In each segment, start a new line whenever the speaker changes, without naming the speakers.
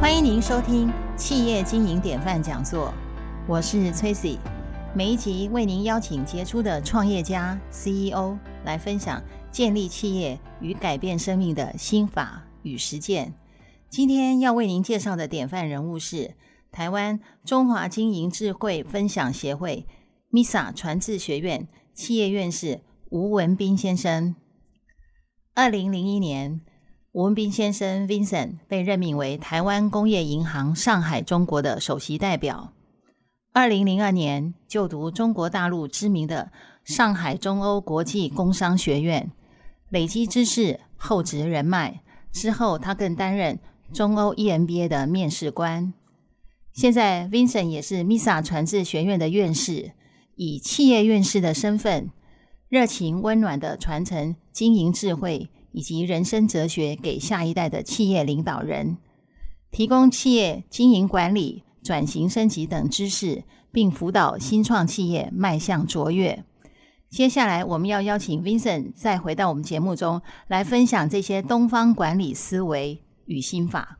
欢迎您收听企业经营典范讲座，我是 Tracy。每一集为您邀请杰出的创业家、CEO 来分享建立企业与改变生命的心法与实践。今天要为您介绍的典范人物是台湾中华经营智慧分享协会 MISA 传智学院企业院士吴文斌先生。二零零一年，吴文斌先生 Vincent 被任命为台湾工业银行上海中国的首席代表。二零零二年就读中国大陆知名的上海中欧国际工商学院，累积知识，厚植人脉。之后，他更担任中欧 E EMBA 的面试官。现在，Vincent 也是 MISA 传智学院的院士，以企业院士的身份，热情温暖地传承经营智慧以及人生哲学给下一代的企业领导人，提供企业经营管理、转型升级等知识，并辅导新创企业迈向卓越。接下来，我们要邀请 Vincent 再回到我们节目中来分享这些东方管理思维与心法。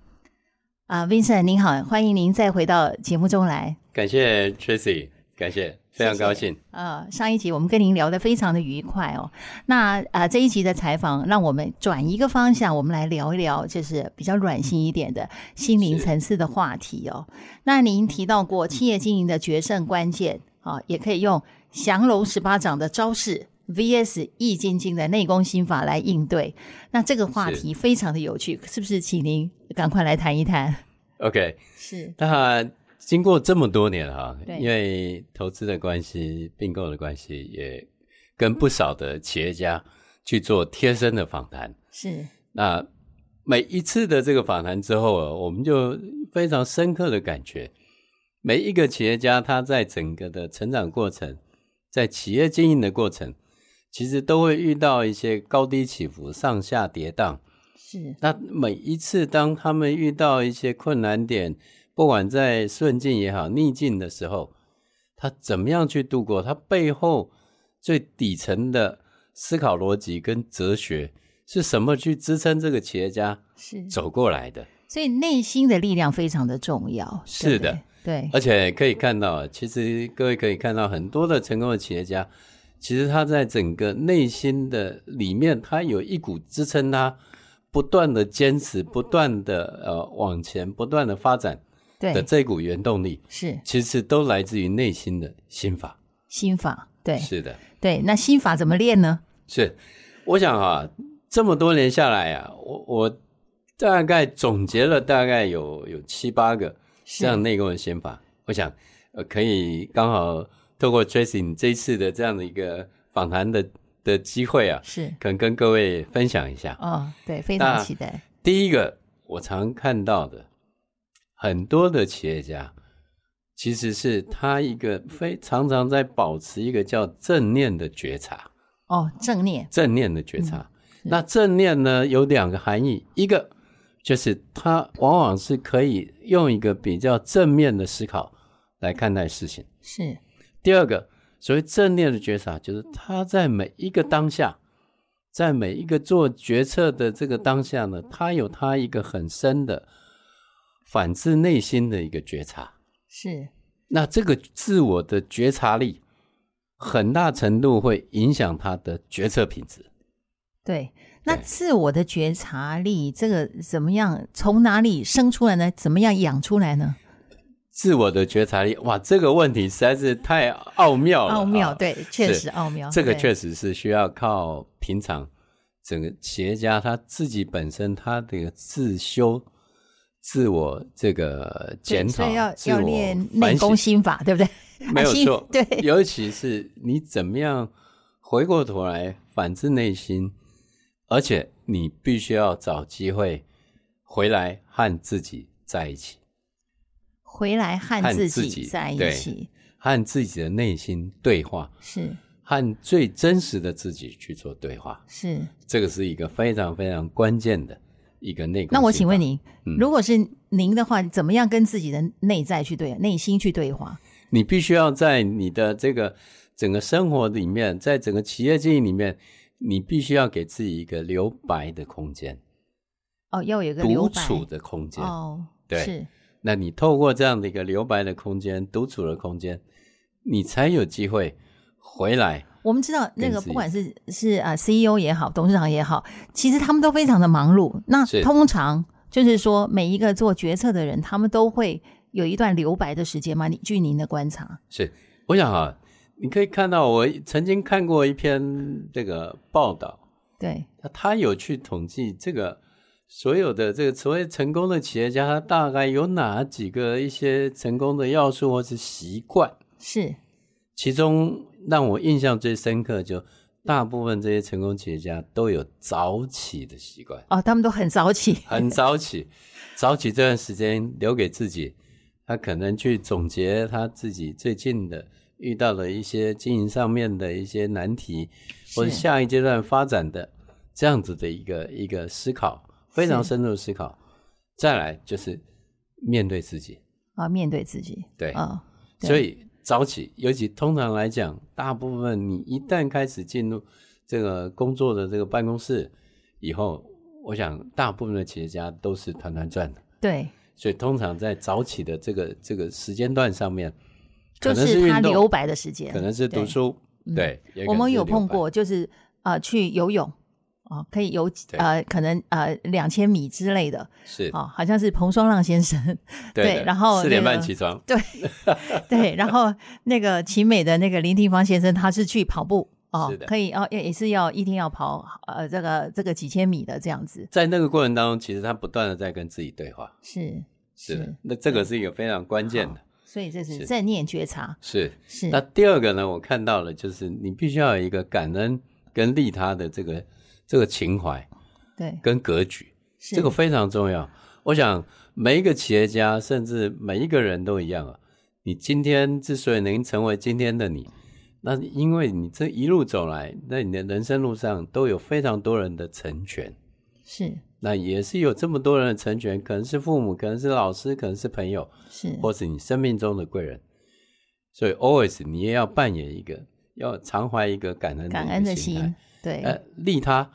啊、v i n c e n t 您好，欢迎您再回到节目中来。
感谢 Tracy，感谢，非常高兴。
呃，上一集我们跟您聊得非常的愉快哦。那呃，这一集的采访，让我们转一个方向，我们来聊一聊，就是比较软性一点的心灵层次的话题哦。那您提到过企业经营的决胜关键啊，也可以用降龙十八掌的招式 VS 易筋经的内功心法来应对。那这个话
是
题非常的有趣，是不是？请您赶快来谈一谈。
OK，
是，
那经过这么多年哈、
对
因为投资的关系、并购的关系，也跟不少的企业家去做贴身的访谈。
是，
那每一次的这个访谈之后啊，我们就非常深刻的感觉，每一个企业家他在整个的成长过程，在企业经营的过程，其实都会遇到一些高低起伏、上下跌宕。
是，
那每一次当他们遇到一些困难点，不管在顺境也好、逆境的时候，他怎么样去度过？他背后最底层的思考逻辑跟哲学是什么去支撑这个企业家
是，
走过来的？
所以内心的力量非常的重要。对
是
不
的
对，对，
而且可以看到，啊其实各位可以看到很多的成功的企业家，其实他在整个内心的里面，他有一股支撑他不断的坚持、不断的呃往前、不断的发展
对，
的这股原动力，
是
其实都来自于内心的心法。
心法，对
是的，
对。那心法怎么练呢？
是。我想啊，这么多年下来啊，我我大概总结了大概有有七八个
是
这样内功的心法，我想呃可以刚好透过 Tracy 你这一次的这样的一个访谈的的机会啊，
是
可能跟各位分享一下。
哦，对，非常
那
期待。
第一个，我常看到的很多的企业家，其实是他一个非常常在保持一个叫正念的觉察，
哦，正念
正念的觉察。
是
那正念呢有两个含义，一个就是它往往是可以用一个比较正面的思考来看待事情。
是
第二个，所谓正念的觉察，就是他在每一个当下，在每一个做决策的这个当下呢，他有他一个很深的反自内心的一个觉察。
是
那这个自我的觉察力，很大程度会影响他的决策品质。
对。那
对
自我的觉察力，这个怎么样？从哪里生出来呢？怎么样养出来呢？
自我的觉察力，哇，这个问题实在是太奥妙了，
奥妙，
啊，
对，确实奥妙。
这个
对
确实是需要靠平常整个企业家他自己本身他的自修、自我这个检
对所
讨
以要、
自
要
我
练内
反
功
省，
心法，对不对？
没 有
啊心，
错
对，
尤其是你怎么样回过头来反制内心，而且你必须要找机会回来和自己在一起，
回来和
和
自
自
己
己
在一
对
起，
和自己的内心对话。
是
和最真实的自己去做对话，
是。
这个是一个非常非常关键的一个内功。
那我请问，您，
嗯
如果是您的话，怎么样跟自己的内在去对内心去对话？
你必须要在你的这个整个生活里面，在整个企业经营里面，你必须要给自己一个留白的空间，
哦，要有一个留
独
白
处的空间。
哦，
对，
是
那你透过这样的一个留白的空间、独处的空间，你才有机会回来。
我们知道那
跟
个
自
不
己
管是是啊 CEO 也好，董事长也好，其实他们都非常的忙碌。那
是
通常就是说，每一个做决策的人，他们都会有一段留白的时间吗？你据您的观察，
是，我想啊，你可以看到，我曾经看过一篇这个报道，
对，
那他有去统计这个所有的这个所谓成功的企业家，他大概有哪几个一些成功的要素或是习惯？
是
其中让我印象最深刻，就大部分这些成功企业家都有早起的习惯，
哦，他们都很早 起，
很早起，早起这段时间留给自己，他可能去总结他自己最近的遇到的一些经营上面的一些难题，或者
是
下一阶段发展的这样子的一个一个思考，非常
是
深入的思考。再来就是面对自己，
啊，面对自己，
对
啊、对
所以早起，尤其通常来讲，大部分你一旦开始进入这个工作的这个办公室以后，我想大部分的企业家都是团团转的，
对，
所以通常在早起的这个这个时间段上面，
嗯就
可能是运
他
动
留白的时间，
可能是读
对
书，
嗯
对，也
我
可能
们
是
有
留
碰
白，
过，就是啊、呃去游泳哦，可以游几
对
呃，可能呃两千米之类的
是，
哦，好像是彭双浪先生 对
的
然后
四点
那个
半起床，
对，然后那个奇美的那个林定芳先生，他是去跑步哦
是，的
可以哦，也也是要一天要跑呃这个这个几千米的这样子，
在那个过程当中，其实他不断的在跟自己对话，
是
是的，那这个是一个非常关键的，
所以这是
是
正念觉察，
是。
是
那第二个呢，我看到了，就是你必须要有一个感恩跟利他的这个这个情怀
对，
跟格局，
是
这个非常重要。我想每一个企业家，甚至每一个人都一样啊。你今天之所以能成为今天的你，那因为你这一路走来，在你的人生路上都有非常多人的成全，
是
那也是有这么多人的成全，可能是父母，可能是老师，可能是朋友，
是
或是你生命中的贵人。所以，always 你也要扮演一个，要常怀一个感恩
感恩的
的心
心
态，，
对，
呃，利他。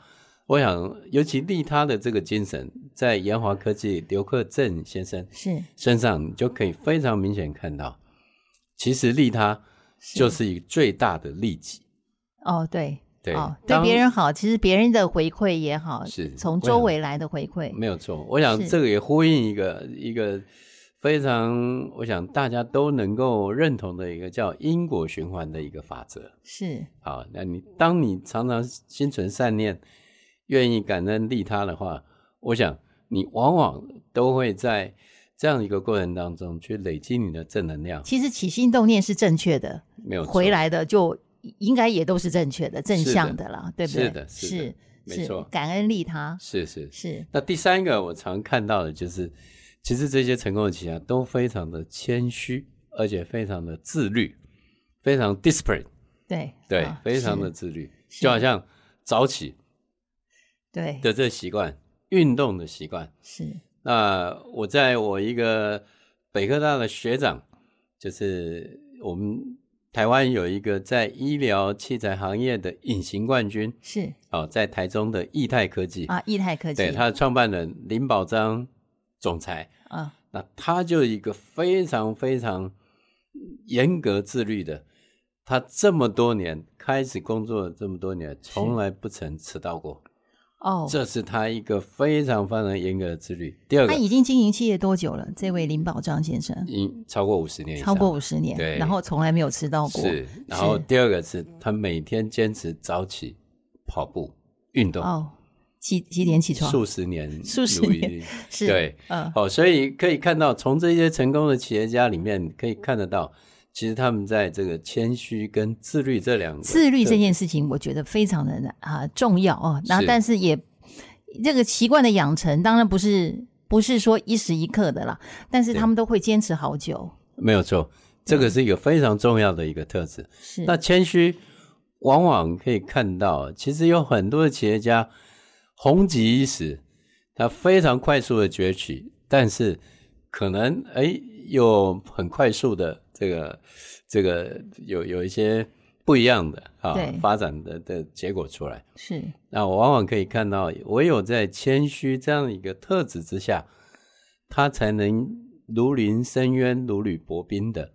我想，尤其利他的这个精神，在研华科技刘克正先生
是
身上，你就可以非常明显看到，其实利他就是一个最大的利己。
哦，对。
对
哦，对
当
别人好，其实别人的回馈也好，
是嗯
从
为
周
了
围来的回馈，
没有错，我想
是
这个也呼应一个一个非常，我想大家都能够认同的一个叫因果循环的一个法则。
是
好，那你当你常常心存善念，愿意感恩利他的话，我想你往往都会在这样一个过程当中去累积你的正能量，
其实起心动念是正确的，
没有错
回。来的就应该也都是正确的、正向的啦，对不对？
是的是的没错
感恩利他
是是是。
是
那第三个我常看到的就是，其实这些成功的企业家都非常的谦虚，而且非常的自律，非常 discipline，
对
对，
啊
非常
是
的自律，
是
就好像早起
对，
的这个习惯、运动的习惯，
是
那我在我一个北科大的学长，就是我们台湾有一个在医疗器材行业的隐形冠军
是
哦，在台中的易泰科技，
啊，易泰科技
对他的创办人林宝章总裁，
啊，
那他就一个非常非常严格自律的，他这么多年开始工作了这么多年，从来不曾迟到过，
哦，
这是他一个非常非常严格的自律。第二个
他。已经经营企业多久了？这位林宝章先生
经超过五十年以上，
超过五十年，
对
然后从来没有迟到过，
是。然后第二个是他每天坚持早起跑步运动，
哦，几几点起床？
数十年，
数十
如一
年
日，
是
对，
嗯，
哦，所以可以看到，从这些成功的企业家里面可以看得到，其实他们在这个谦虚跟自律这两个
自律这件事情，我觉得非常的啊、重要哦。然后，
是
但是也这个习惯的养成，当然不是不是说一时一刻的啦，但是
对
他们都会坚持好久。
没有错，这个是一个非常重要的一个特质。
是，
那谦虚，往往可以看到，其实有很多的企业家红极一时，他非常快速的崛起，但是可能哎，有很快速的这个这个有有一些不一样的啊
对
发展的的结果出来。
是
那我往往可以看到，唯有在谦虚这样一个特质之下，他才能如临深渊、如履薄冰的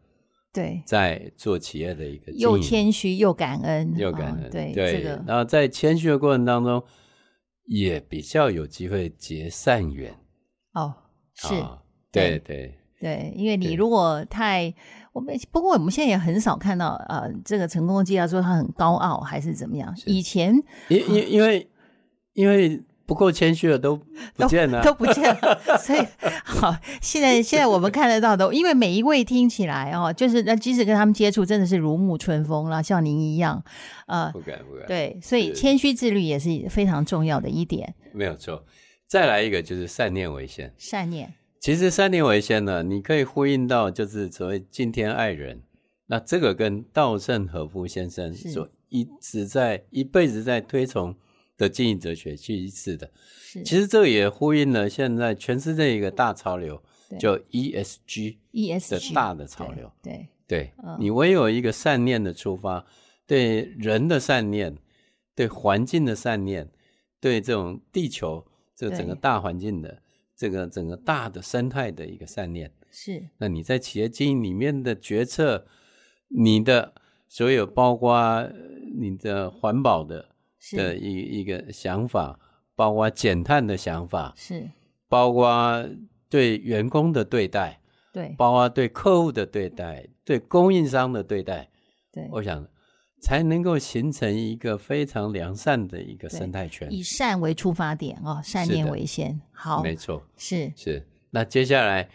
对，
在做企业的一呃个经营
又谦虚又感恩，
又感恩，
啊对
对。
这个
然后在谦虚的过程当中，也比较有机会结善缘。
哦是。
啊对
对
对
对，因为你
对
如果太我们，不过我们现在也很少看到呃，这个成功的绩效说他很高傲还是怎么样。以前
因因因为因为不够谦虚的都不见 了，
都不见了，所以好，现在现在我们看得到的，因为每一位听起来哦，就是那即使跟他们接触，真的是如沐春风啦，像您一样，呃，
不敢不敢，，
对，所以
是
谦虚自律也是非常重要的一点，
没有错。再来一个就是善念为先。
善念
其实善念为先呢，你可以呼应到就是所谓敬天爱人，那这个跟稻盛和夫先生
是
所一直在一辈子在推崇的经营哲学是一致的。
是
其实这个也呼应了现在全世界一个大潮流
对，
就 ESG 的
ESG
大的潮流。
对。对
对
嗯
你唯有一个善念的出发，对人的善念，对环境的善念，对这种地球这个整个
对
大环境的这个整个大的生态的一个善念，
是
那你在企业经营里面的决策，你的所有包括呃你的环保的的
是
一一个想法，包括减碳的想法，
是，
包括对员工的对待，
对
包括对客户的对待，对供应商的对待，
对，
我想才能够形成一个非常良善的一个
对
生态圈。
以善为出发点哦，善
是
念
的
为先，好
没错，
是
是。那接下来，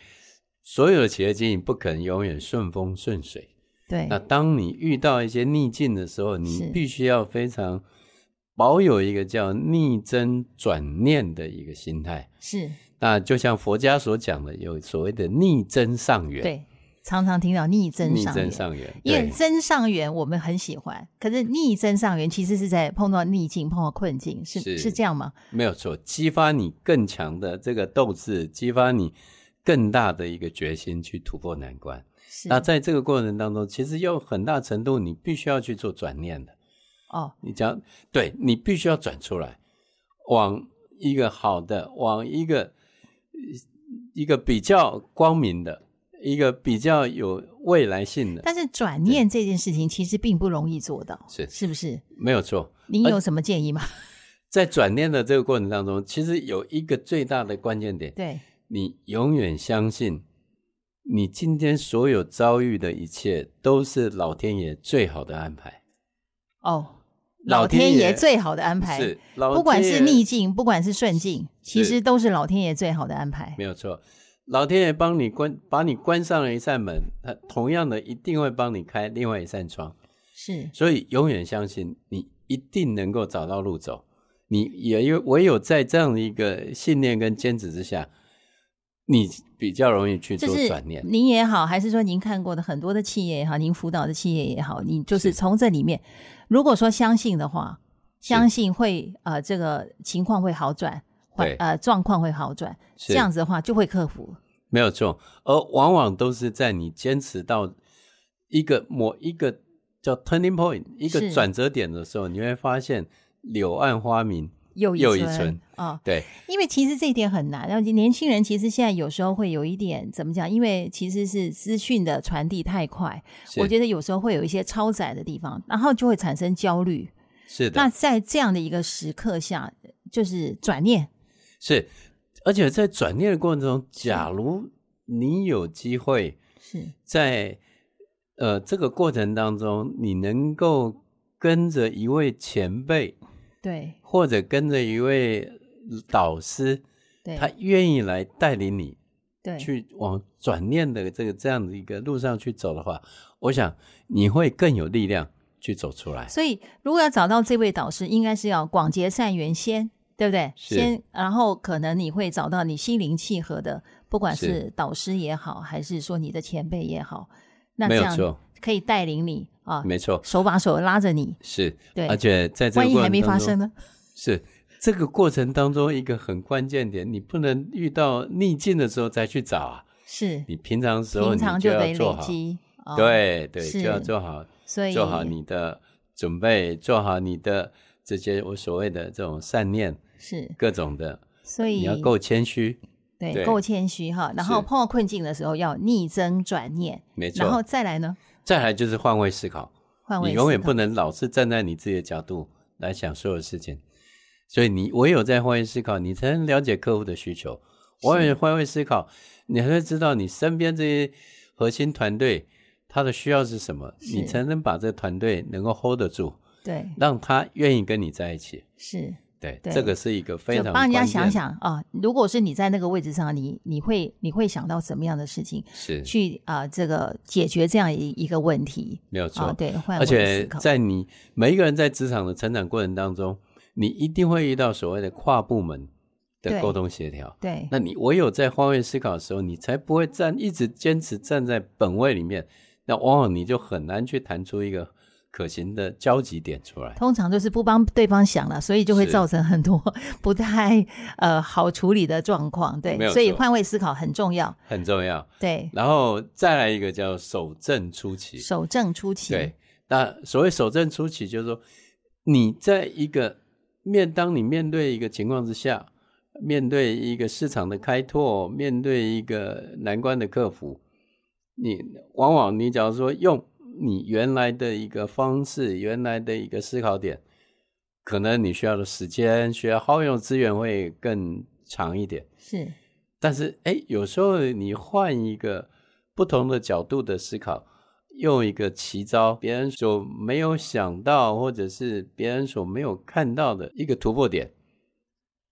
所有的企业经营不可能永远顺风顺水。
对
那当你遇到一些逆境的时候，
是
你必须要非常保有一个叫逆增转念的一个心态。
是
那就像佛家所讲的，有所谓的逆增上缘，
对，常常听到逆增
逆
上
增
缘。
上缘，
因为
对，
增上缘我们很喜欢，可是逆增上缘其实是在碰到逆境、碰到困境，是是
是
这样吗？
没有错，激发你更强的这个斗志，激发你更大的一个决心去突破难关。
是
那在这个过程当中，其实有很大程度你必须要去做转念的。
哦，
你讲，对你必须要转出来，往一个好的，往一个呃一个比较光明的，一个比较有未来性的，
但是转念这件事情其实并不容易做到，
是
是不是？
没有错。
您有什么建 议吗？
在转念的这个过程当中，其实有一个最大的关键点，
对，
你永远相信，你今天所有遭遇的一切都是老天爷最好的安排。
哦，
老
老天
天爷
爷最好的安排，
是，老
不管是
天爷
逆境，不管是顺境，其
是
实都是老天爷最好的安排
没。有错，老天爷帮你关，把你关上了一扇门，他同样的一定会帮你开另外一扇窗。
是
所以永远相信你一定能够找到路走。你也有唯有在这样的一个信念跟坚持之下，你比较容易去
这
做
是
转念。
您也好，还是说您看过的很多的企业也好，您辅导的企业也好，你就是
是
从这里面，如果说相信的话，相信会呃这个情况会好转，
对
呃状况会好转，
是
这样子的话就会克服。
没有错，而往往都是在你坚持到一个某一个叫 turning point 一个
是
转折点的时候，你会发现柳暗花明。
又
又一
一
村
啊、
对，
因为其实这一点很难。然后年轻人其实现在有时候会有一点怎么讲？因为其实是资讯的传递太快，
是
我觉得有时候会有一些超载的地方，然后就会产生焦虑。
是的，
那在这样的一个时刻下，就是转念，
是，而且在转念的过程
嗯
中，假如你有机会
是
在呃这个过程当中，你能够跟着一位前辈
对
或者跟着一位导师，
对，
他愿意来带领你
对
去往转念的这个这样的一个路上去走的话，我想你会更有力量去走出来。
所以如果要找到这位导师，应该是要广结善缘先，对不对？
是
先，然后可能你会找到你心灵契合的，不管是
是
导师也好，还是说你的前辈也好，那这
没有
样
错
可以带领你啊，
没错，
手把手拉着你。
是，
对
而且在这个
万一
过
还
程
没
当
发
中
生呢？
是这个过程当中一个很关键点，你不能遇到逆境的时候再去找啊，
是，
你平常时候
平
你
常
就
得
要做
累
好，
积。哦，
对对，
是
就要做好
所以
做好你的准备，做好你的这些我所谓的这种善念，
是，
各种的，
所以
你要够谦虚，
对，
对
够谦虚哈。然后
是
碰到困境的时候要逆增转念，
没
然后
错。
再来呢，
再来就是换位思考，
换位
你
思
永远
考
不能老是站在你自己的角度来想所有事情，所以你唯有在换位思考，你才能了解客户的需求。我有换位思考，你才会知道你身边这些核心团队他的需要是什么，
是
你才能把这团队能够 hold 得住，
对
让他愿意跟你在一起。
是。
对，
对
这个是一个非
就
常
帮人家
关键
想，想啊，如果是你在那个位置上，你你会你会想到什么样的事情
是
去啊、这个解决这样一一个问题
没有错。
啊？对，换
而
位思
且
考，
在你每一个人在职场的成长过程当中，你一定会遇到所谓的跨部门
对
的沟通协调。
对
那你唯有在换位思考的时候，你才不会站一直坚持站在本位里面，那往往你就很难去谈出一个可行的交集点出来。
通常就是不帮对方想了，所以就会
是
造成很多 不太呃好处理的状况。对
没，有
所以
错
换位思考很重要。
很重要。
对，
然后再来一个叫守正出奇，
守正出奇。
对，那所谓守正出奇，就是说你在一个面，当你面对一个情况之下，面对一个市场的开拓，面对一个难关的克服，你往往你假如说用你原来的一个方式，原来的一个思考点，可能你需要的时间，需要耗用资源会更长一点。
是
但是哎，诶有时候你换一个不同的角度的思考，用一个奇招，别人所没有想到，或者是别人所没有看到的一个突破点，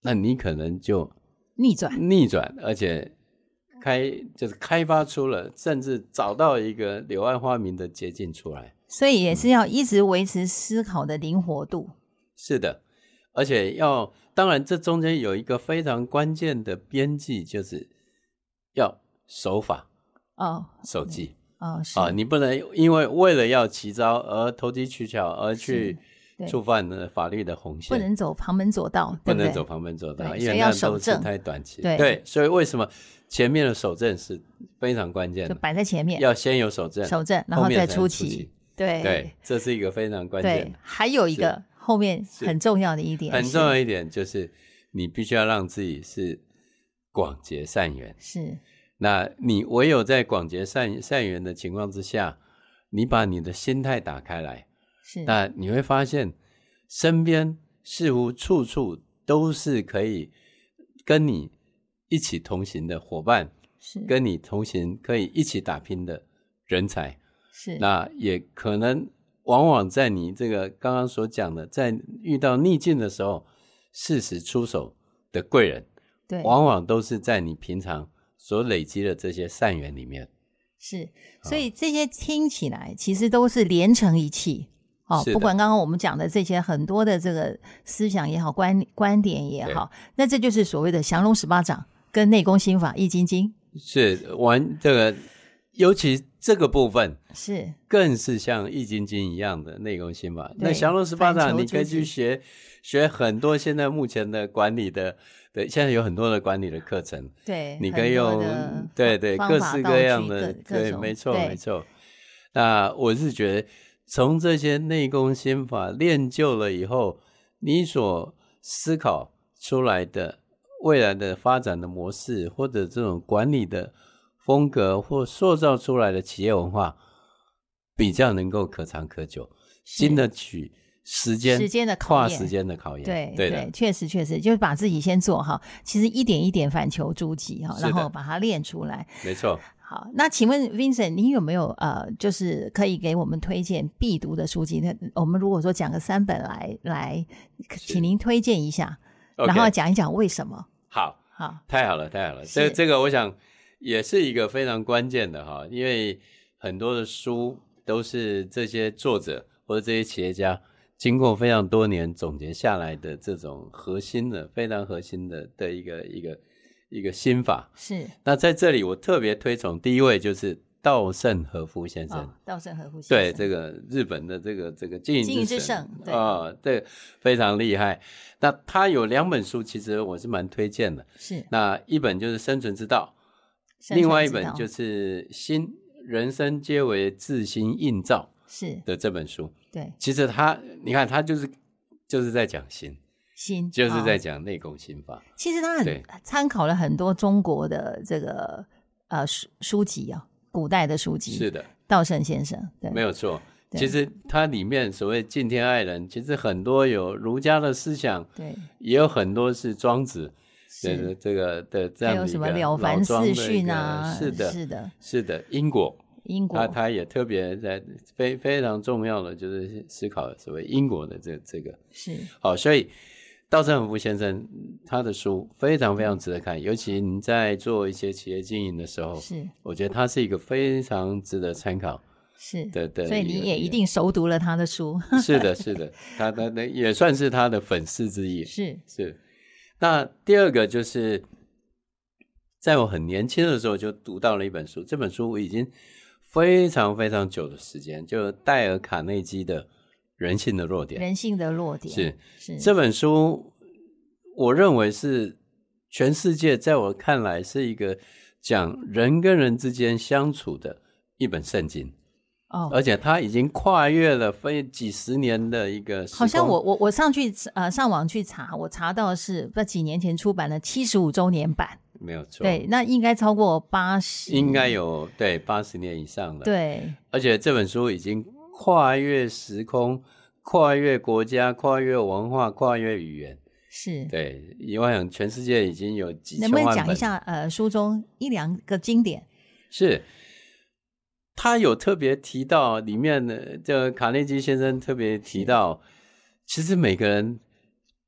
那你可能就
逆转。
逆转，而且开就是开发出了，甚至找到一个柳暗花明的捷径出来。
所以也
嗯
是要一直维持思考的灵活度。
是的，而且要当然，这中间有一个非常关键的边际，就是要守法
哦
守纪。
哦，是
啊，你不能因为为了要奇招而投机取巧，而去
对
触犯了法律的红线，
不能走旁门左道，
不
对不
能
对？
走旁门左道，
对
因
所以
为
要
那
守
都是
正
太短期。
对
所以为什么前面的守正是非常关键
就
的，
摆在前面，
要先有守正，
守正，然后
后面
再
才
出
能
奇。
出奇
对
对，这是一个非常关键
对，还有一个后面很重要的一
的。
点，
很重要一点就是，你必须要让自己是广结善缘。
是
那你唯有在广结善善缘的情况之下，你把你的心态打开来，
是是
那你会发现，身边似乎处处都是可以跟你一起同行的伙伴，
是
跟你同行可以一起打拼的人才。
是
那也可能往往在你这个刚刚所讲的，在遇到逆境的时候，适时出手的贵人，
对
往往都是在你平常所累积的这些善缘里面。
是，
啊
所以这些听起来其实都是连成一气。哦，
是的
不管刚刚我们讲的这些很多的这个思想也好，观观点也好，那这就是所谓的降龙十八掌跟内功心法易筋经
是玩这个，尤其这个部分，
是
更是像易筋经一样的内功心法。
对
那降龙十八
反求
掌，你可以
诸己
去学学很多现在目前的管理的，对，现在有很多的管理的课程，
对，
你
很
可以
多
用
的
对对
方
各
法
式
道
各样
具各
的，
各
对，
种
没错
对
没错。那我是觉得，从这些内功心法练就了以后，你所思考出来的未来的发展的模式，或者这种管理的风格，或塑造出来的企业文化，比较能够可长可久，经得起时间
时间的考
跨
验
时间的考验。
对
对的，
确实确实，就是把自己先做好，其实一点一点反求诸己哈，
是的
然后把它练出来。
没错。
好，那请问 Vincent，你有没有呃，就是可以给我们推荐必读的书籍？那我们如果说讲个三本来来，请您推荐一下，然后
OK，
讲一讲为什么。
好。
好，
太好了，太好了！
是
这这个我想也是一个非常关键的哈，因为很多的书都是这些作者或者这些企业家经过非常多年总结下来的这种核心的、非常核心的的一个一个一个心法。
是
那在这里，我特别推崇第一位就是稻盛和夫先生。
啊，稻盛和夫先
对
生
这个日本的这个这个经
经
营
营之
圣
圣
啊、
对
对，非常厉害。那他有两本书，其实我是蛮推荐的。
是
那一本就是《生存之道》，
生
另
存
外一
之
本
道
就是《新人生皆为自心映照
是》
的这本书。
对
其实他，你看，他就是就是在讲心，
心
就是在
哦
讲内功心法。
其实他很
对
参考了很多中国的这个呃书书籍啊、古代的书籍。
是的，
稻盛先生，对，
没有错。
对
其实它里面所谓敬天爱人，其实很多有儒家的思想，
对，
也有很多是庄子的
是
这个的这
还有
样的一
什么
个
了
老
凡
庄
四
的一
训
个
啊？
是的，
是的，
是的，因果，
英国
他他也特别在非非常重要的就是思考所谓因果的这这个。
是
好，所以稻盛和夫先生他的书非常非常值得看，尤其你在做一些企业经营的时候，
是
我觉得他是一个非常值得参考
是，
的的个。
所以你也一定熟读了他的书，
是的，是的，他他那也算是他的粉丝之一。
是
是，那第二个就是，在我很年轻的时候就读到了一本书，这本书我已经非常非常久的时间，就戴尔·卡内基的《人性的弱点
人性嗯的弱》点，
是
是
这本书，我认为是全世界在我看来是一个讲人跟人之间相处的一本圣经。
哦。
而且它已经跨越了非几十年的一个时空，
好像我我我上去呃上网去查，我查到是不几年前出版的七十五周年版，
没有错，
对，，那应该超过八十，
应该有对八十年以上了。，
对
而且这本书已经跨越时空、跨越国家、跨越文化、跨越语言。
是。
对，我想全世界已经有几千
能
万
不
本。
能讲一下呃书中一两个经典？
是，他有特别提到里面的，这卡内基先生特别提到，其实每个人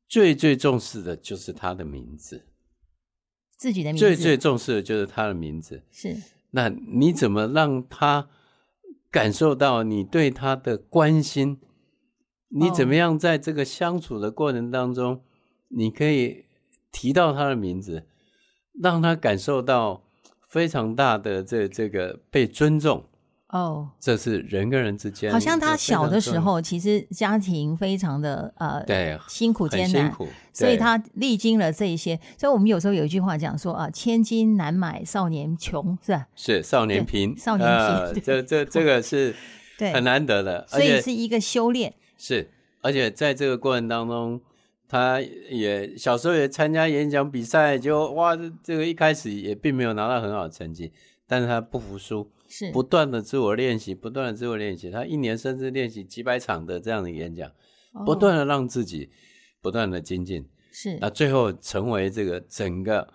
最最重视的就是他的名字。
自己的名字
最最重视的就是他的名字。
是
那你怎么让他感受到你对他的关心？
哦
你怎么样在这个相处的过程当中，你可以提到他的名字，让他感受到非常大的这这个被尊重。
哦，
这是人跟人之间，
好像他小的时候其实家庭非常的呃
对
辛苦
很
艰
辛
难，
苦，
所以
对
他历经了这一些。所以我们有时候有一句话讲说啊，千金难买少年穷，是吧？
是少年贫，
少年贫
呃
对
这这这个是
对，
很难得的，而
所以
且
是一个修炼，
是，而且在这个过程当中，他也小时候也参加演讲比赛，就哇，这个一开始也并没有拿到很好的成绩，但是他不服输，
是
不断的自我练习，不断的自我练习，他一年甚至练习几百场的这样的演讲，不
哦
断的让自己不断的精进，
是
那最后成为这个整个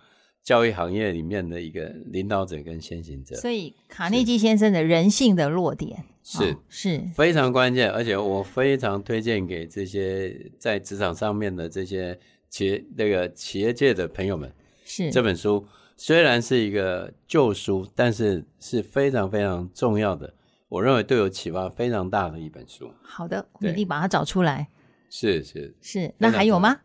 教育行业里面的一个领导者跟先行者。
所以卡内基先生的人性的弱点
是
哦是
非常关键，而且我非常推荐给这些在职场上面的这些企业那个企业界的朋友们。
是
这本书虽然是一个旧书，但是是非常非常重要的，我认为对我启发非常大的一本书。
好的，我们一
对
定把它找出来。
是是，
是，
常
那还有吗？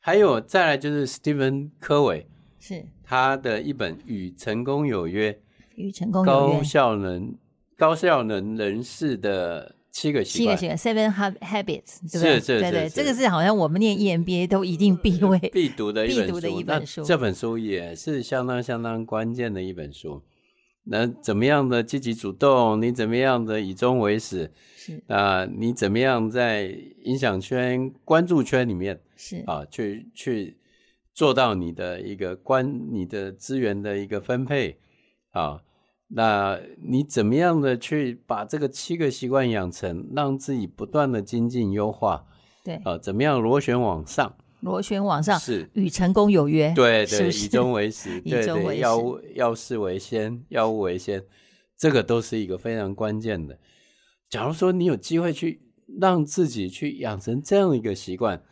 还有再来就是 Stephen 科维
是
他的一本《与成功有约：
与成功有
高
约。
效能高效能人士的七个习
七
惯
个》。习惯，Seven Hab- Habits，对不对？
是是
对对，
是
这个是好像我们念 E EMBA 都一定必 会。
必读的一本
必读
书。
的一
那
本书
这本书也是相当相当关键的一本书。那怎么样的积极主动？你怎么样的以终为始？
是
啊、你怎么样在影响圈、关注圈里面
是
啊，去去做到你的一个关、你的资源的一个分配啊？那你怎么样的去把这个七个习惯养成，让自己不断的精进优化
对，
啊？怎么样螺旋往上？
螺旋往上，
是
与成功有 约，
对
是
对，
不
以
是？
终为始，
以
对
终为
对，
始
药物药事为先，药物为先，这个都是一个非常关键的。假如说你有机会去让自己去养成这样一个习惯，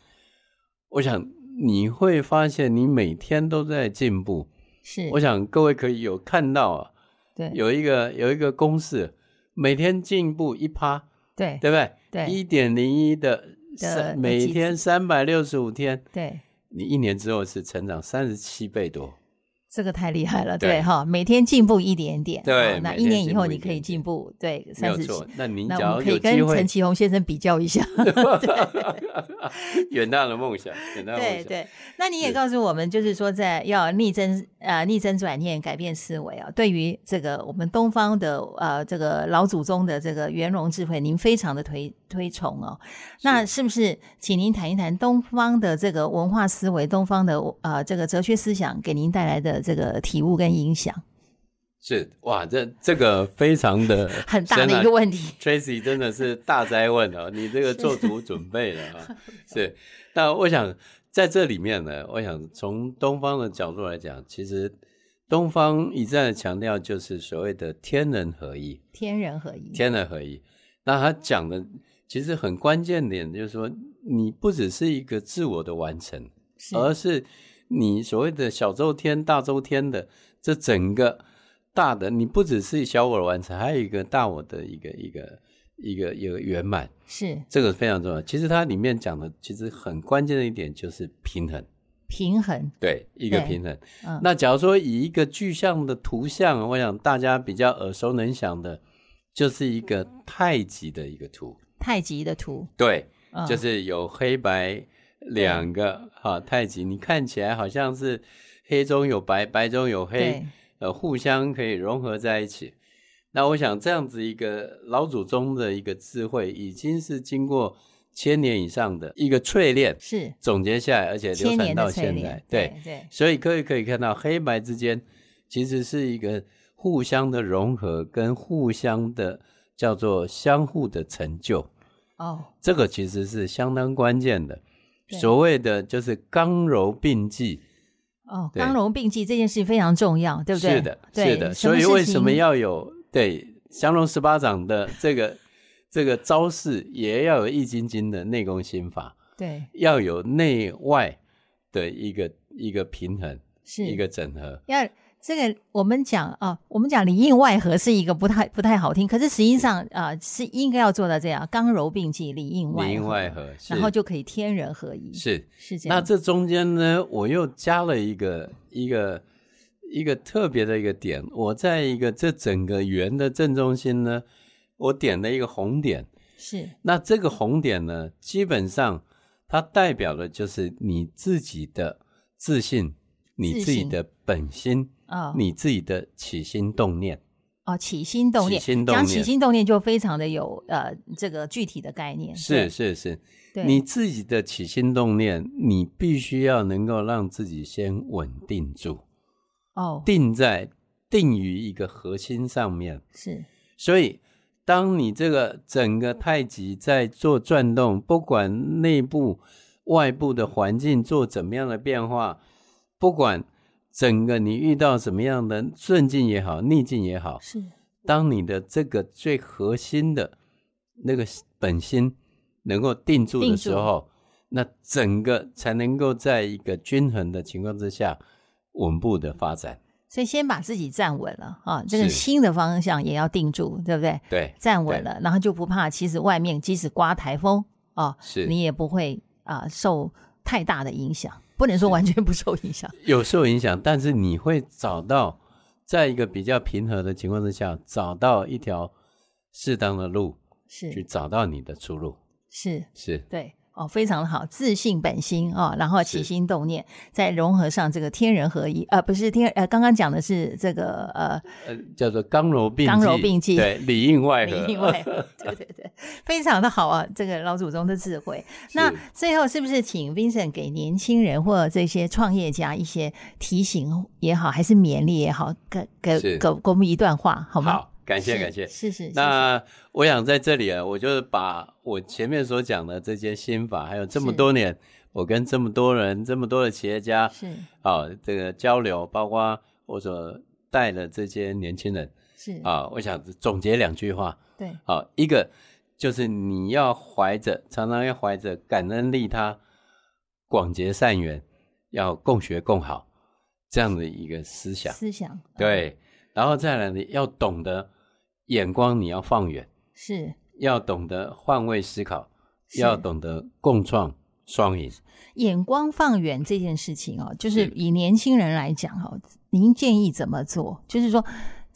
我想你会发现你每天都在进步。
是，
我想各位可以有看到啊，
对
有一个有一个公式，每天进步一趴，
对
对不对？
对
一点零一的
的
三，
那
每
几次
天三百六十五天，
对，
你一年之后是成长三十七倍多。
这个太厉害了，
对
对哈，每天进步一点点，
对
好那
每
一
天
年以
进
后
步一
你可以
点点
进步，对，
没
三
有
十
错，那您
那
只
我
要
们可
有
以
机
跟
会
陈，启宏先生比较一下，
远大的梦想，远大的梦
对
想。
对。那你也
是
告诉我们，就是说在要逆增呃逆增转念、改变思维啊，对于这个我们东方的呃这个老祖宗的这个圆融智慧，您非常的推推崇哦。那是不是请您谈一谈东方的这个文化思维、东方的呃这个哲学思想给您带来的这个体悟跟影响？
是哇，这这个非常的
很大的一个问题。
Tracy 真的是大灾问哦，你这个做足准备了啊、 是，那我想在这里面呢，我想从东方的角度来讲，其实东方一再的强调就是所谓的天人合一，
天人合一，
天人合一。那他讲的其实很关键点就是说，你不只是一个自我的完成，
是
而是你所谓的小周天、大周天的这整个大的，你不只是小我的完成，还有一个大我的一个一个一个一个圆满，
是
这个非常重要。其实它里面讲的其实很关键的一点就是平衡，
平衡，
对，一个
对
平衡。
嗯
那假如说以一个具象的图像，我想大家比较耳熟能详的，就是一个太极的一个图，
太极的图，
对，
嗯
就是有黑白两个哈、太极，你看起来好像是黑中有白，白中有黑
对，
呃，互相可以融合在一起。那我想这样子一个老祖宗的一个智慧，已经是经过千年以上的一个淬炼，
是
总结下来，而且流
千
传
年
到
的淬
现在
炼，，
对。
对，
所以各位可以看到，黑白之间其实是一个互相的融合，跟互相的叫做相互的成就，
哦，
这个其实是相当关键的。
对
所谓的就是刚柔并济，
哦，
对
刚柔并济这件事非常重要，对不对？
是的，
对
是的。
么
所以
事
为什么
情
要有对降龙十八掌的这个 这个招式，也要有易筋经的内功心法，
对
要有内外的一个一个平衡，
是
一个整合。
要这个我们讲啊，我们讲里应外合是一个不太不太好听，可是实际上啊、是应该要做到这样，刚柔并济，里应外合
里应外合，是
然后就可以天人合一，
是
是这样。
那这中间呢，我又加了一个一个一个特别的一个点，我在一个这整个圆的正中心呢，我点了一个红点。
是
那这个红点呢，基本上它代表的就是你自己的自信，你
自
自己
信
的本心，
啊，
你自己的起心动念。
哦，起心动念，
起心动念
讲起心动念就非常的有呃这个具体的概念，
是是是，
对，
你
对
自己的起心动念，你必须要能够让自己先稳定住。
哦
定在定于一个核心上面。
是
所以，当你这个整个太极在做转动，不管内部、外部的环境做怎么样的变化，不管整个你遇到什么样的顺境也好、逆境也好，
是
当你的这个最核心的那个本心能够定住的时候，那整个才能够在一个均衡的情况之下稳步的发展。
所以先把自己站稳了啊，这个
是
新的方向也要定住，对不对？
对，
站稳了，然后就不怕，其实外面即使刮台风啊，
是
你也不会啊、受太大的影响，不能说完全不受影响。
有受影响，但是你会找到，在一个比较平和的情况之下，找到一条适当的路，去
是
找到你的出路。
是，
是
对哦，非常好，自信本心啊、然后起
是
心动念，再融合上这个天人合一，呃，不是天呃，刚刚讲的是这个呃
呃，叫做刚柔并济
刚柔并济
对，里应外合。
里应外合，对对对，非常的好啊，这个老祖宗的智慧。那最后是不是请 Vincent 给年轻人或这些创业家一些提醒也好，还是勉励也好，给给给
是
给我们一段话好吗？
好，感谢
是
感谢。
是是，是
那我想在这里啊，我就是把我前面所讲的这些心法，还有这么
是
多年我跟这么多人、这么多的企业家
是
啊，这个交流，包括我所带的这些年轻人
是，
啊，我想总结两句话。
对，
好，一个就是你要怀着，常常要怀着感恩利他、广结善缘，要共学共好这样的一个思想。
思想
对，然后再来呢，要懂得眼光你要放远，
是
要懂得换位思考，
是
要懂得共创双赢。
眼光放远这件事情哦，就是
是
以年轻人来讲哦，您建议怎么做？就是说。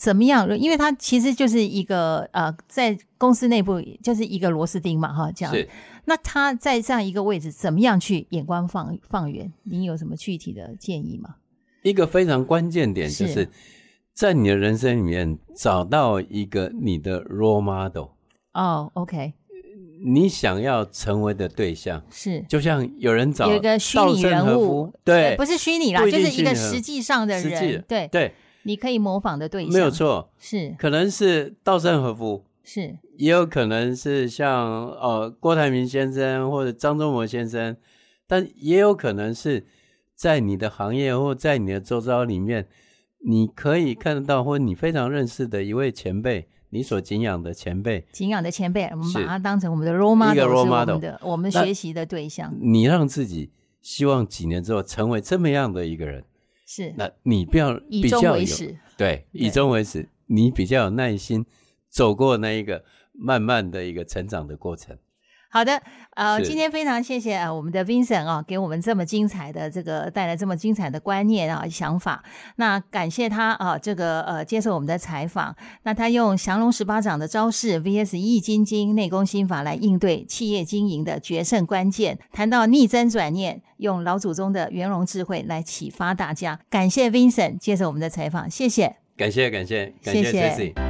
怎么样？因为它其实就是一个呃，在公司内部就是一个螺丝钉嘛，哈，这样。
是，
那他在这样一个位置，怎么样去眼光放放远？您有什么具体的建议吗？
一个非常关键点就是是，在你的人生里面找到一个你的 role model，
哦，OK，
你想要成为的对象，
是
就像有人找
有一个虚
稻
拟
盛
人
和
物
夫，对
呃，不是虚拟啦，
不
就
一定
是一个
虚拟人
实际上的
实际
人，对，
对，
你可以模仿的对象，
没有，错，
是
可能是稻盛和夫，
是
也有可能是像呃郭台铭先生或者张忠谋先生，但也有可能是在你的行业或在你的周遭里面，你可以看得到或你非常认识的一位前辈，你所敬仰的前辈，
敬仰的前辈，我们把
是
他当成我们的 role model，
一个 role
是我
model
们的我们
那
学习的对象，
你让自己希望几年之后成为这么样的一个人，
是
那你不要
以
比
终
较
为
有
始，
对以
对
终为始，你比较有耐心走过那一个慢慢的一个成长的过程。
好的，呃，
是
今天非常谢谢呃我们的 Vincent 哦，给我们这么精彩的这个带来这么精彩的观念啊想法。那感谢他啊、呃这个呃接受我们的采访。那他用降龙十八掌的招式 VS 易筋经内功心法来应对企业经营的决胜关键，谈到逆增转念，用老祖宗的圆融智慧来启发大家。感谢 Vincent 接受我们的采访，谢谢。
感谢感谢感
谢
谢
谢
Tracy。